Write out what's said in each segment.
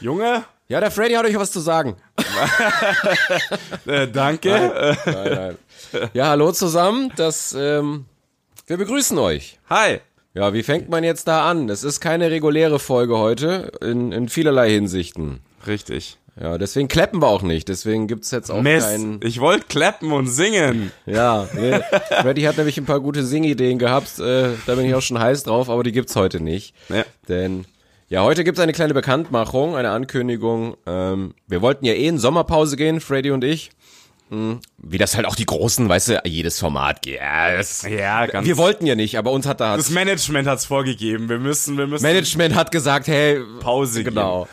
Junge, Ja, der Freddy hat euch was zu sagen. äh, danke. Nein, nein. Ja, hallo zusammen. Das, ähm, wir begrüßen euch. Hi. Ja, wie fängt man jetzt da an? Es ist keine reguläre Folge heute in, in vielerlei Hinsichten. Richtig. Ja, deswegen klappen wir auch nicht. Deswegen gibt's jetzt auch Mist. keinen. Ich wollte klappen und singen. Ja, nee. Freddy hat nämlich ein paar gute Singideen gehabt. Äh, da bin ich auch schon heiß drauf, aber die gibt's heute nicht. Ja. Denn ja, heute gibt's eine kleine Bekanntmachung, eine Ankündigung. Ähm, wir wollten ja eh in Sommerpause gehen, Freddy und ich. Hm, Wie das halt auch die Großen, weißt du, jedes Format. Yes. Ja, ganz- Wir wollten ja nicht, aber uns hat da Das Management hat's vorgegeben. Wir müssen, wir müssen Management hat gesagt, hey, Pause genau.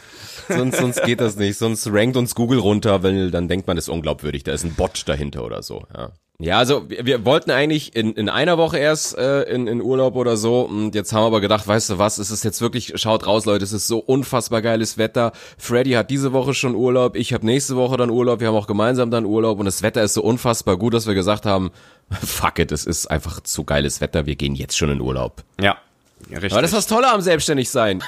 Sonst, sonst geht das nicht, sonst rankt uns Google runter, weil dann denkt man, das ist unglaubwürdig, da ist ein Bot dahinter oder so. Ja, ja also wir, wir wollten eigentlich in, in einer Woche erst äh, in, in Urlaub oder so und jetzt haben wir aber gedacht, weißt du was, es ist jetzt wirklich, schaut raus Leute, es ist so unfassbar geiles Wetter. Freddy hat diese Woche schon Urlaub, ich habe nächste Woche dann Urlaub, wir haben auch gemeinsam dann Urlaub und das Wetter ist so unfassbar gut, dass wir gesagt haben, fuck it, es ist einfach zu geiles Wetter, wir gehen jetzt schon in Urlaub. geben. Ja. ja richtig. Aber das ist das Tolle am Selbstständigsein.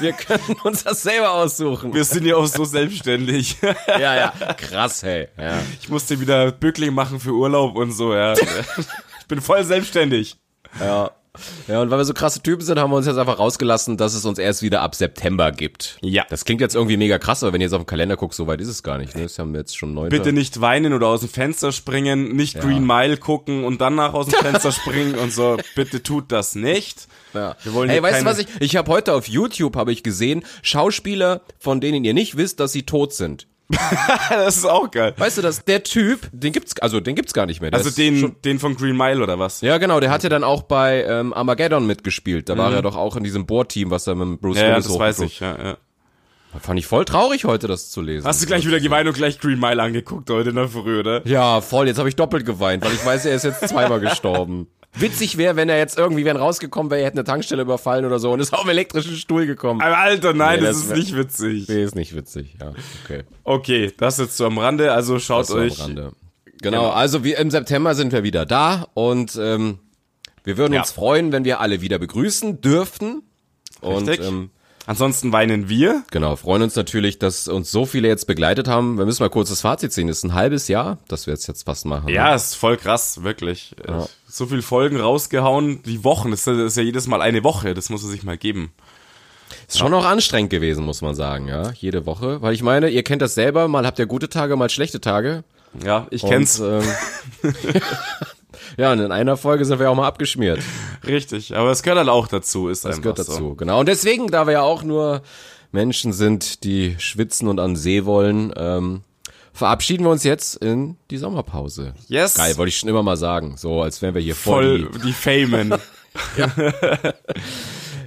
Wir können uns das selber aussuchen. wir sind ja auch so selbstständig. Ja, ja, krass, hey. Ja. Ich musste wieder Bückling machen für Urlaub und so, ja. Ich bin voll selbstständig. Ja. ja, und weil wir so krasse Typen sind, haben wir uns jetzt einfach rausgelassen, dass es uns erst wieder ab September gibt. Ja. Das klingt jetzt irgendwie mega krass, aber wenn ihr jetzt auf den Kalender guckt, so weit ist es gar nicht. Ne? Das haben wir jetzt schon neun. Bitte nicht weinen oder aus dem Fenster springen, nicht Green Mile gucken und danach aus dem Fenster springen und so. Bitte tut das nicht. Ja. Wir wollen hey, hier weißt du keine- was ich? Ich habe heute auf YouTube habe ich gesehen Schauspieler, von denen ihr nicht wisst, dass sie tot sind. Das ist auch geil. Weißt du, dass der Typ, den gibt's also den gibt's gar nicht mehr. Der Also ist den, den von Green Mile oder was? Ja, genau, der hat ja Mhm. dann auch bei ähm, Armageddon mitgespielt. Da war er doch auch in diesem Bohrteam, was da mit Bruce Ja, ja Willis das weiß hochgeflogen- ich. Ja, ja. Fand ich voll traurig heute, das zu lesen. Also, Hast du gleich wieder geweint und gleich Green Mile angeguckt heute in der Früh, oder? Ja, voll, jetzt habe ich doppelt geweint, weil ich weiß, er ist jetzt zweimal gestorben. Witzig wäre, wenn er jetzt irgendwie, wenn rausgekommen wäre, er hätte eine Tankstelle überfallen oder so und ist auf einen elektrischen Stuhl gekommen. Aber Alter, nein, Nee, das, das ist wär- nicht witzig. Ah, Nee, ist nicht witzig, ja, okay. Okay, das jetzt so am Rande, also schaut So am euch. Rande. Genau, also wir im September sind wir wieder da und ähm, wir würden Ja. uns freuen, wenn wir alle wieder begrüßen dürften. Und Richtig. ähm, Ansonsten weinen wir. Genau, freuen uns natürlich, dass uns so viele jetzt begleitet haben. Wir müssen mal kurz das Fazit ziehen. Das ist ein halbes Jahr, dass wir es jetzt fast machen. Ja, ist voll krass, wirklich. Äh, So viel Folgen rausgehauen, die Wochen, das ist ja jedes Mal eine Woche, das muss man sich mal geben. Ist schon auch anstrengend gewesen, muss man sagen, ja. Jede Woche. Weil ich meine, ihr kennt das selber, mal habt ihr gute Tage, mal schlechte Tage. Ja, ich kenn's. Und, ähm, ja, und in einer Folge sind wir auch mal abgeschmiert. Richtig, aber es gehört halt auch dazu, ist Das einfach äh, gehört dazu, so. genau. Und deswegen, da wir ja auch nur Menschen sind, die schwitzen und an See wollen, ähm, verabschieden wir uns jetzt in die Sommerpause. Yes. Geil, wollte ich schon immer mal sagen. So, als wären wir hier voll, Voll die Famen.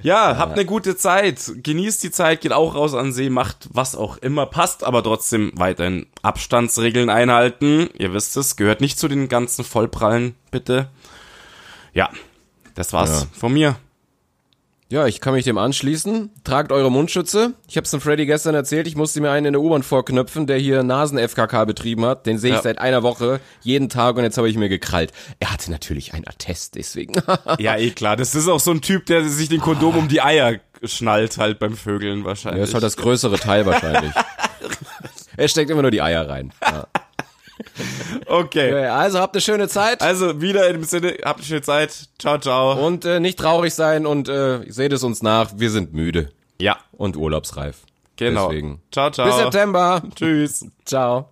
ja, habt eine gute Zeit. Genießt die Zeit, geht auch raus an den See, macht was auch immer, passt aber trotzdem weiterhin Abstandsregeln einhalten. Ihr wisst es, gehört nicht zu den ganzen Vollprallen, bitte. Ja, das war's Ja. von mir. Ja, ich kann mich dem anschließen. Tragt eure Mundschütze. Ich hab's dem Freddy gestern erzählt, ich musste mir einen in der U-Bahn vorknöpfen, der hier Nasen-FKK betrieben hat. Den sehe ich Ja. seit einer Woche, jeden Tag und jetzt habe ich mir gekrallt. Er hatte natürlich einen Attest, deswegen. ja, Ja, eh klar. Das ist auch so ein Typ, der sich den Kondom um die Eier schnallt, halt beim Vögeln wahrscheinlich. ist halt das größere Teil wahrscheinlich. er steckt immer nur die Eier rein. okay. Okay, also habt eine schöne Zeit Also wieder im Sinne, habt eine schöne Zeit. Ciao, ciao. und äh, nicht traurig sein und äh, seht es uns nach. Wir sind müde ja, und urlaubsreif. genau. Deswegen. Ciao, ciao. Bis September. Tschüss. Ciao.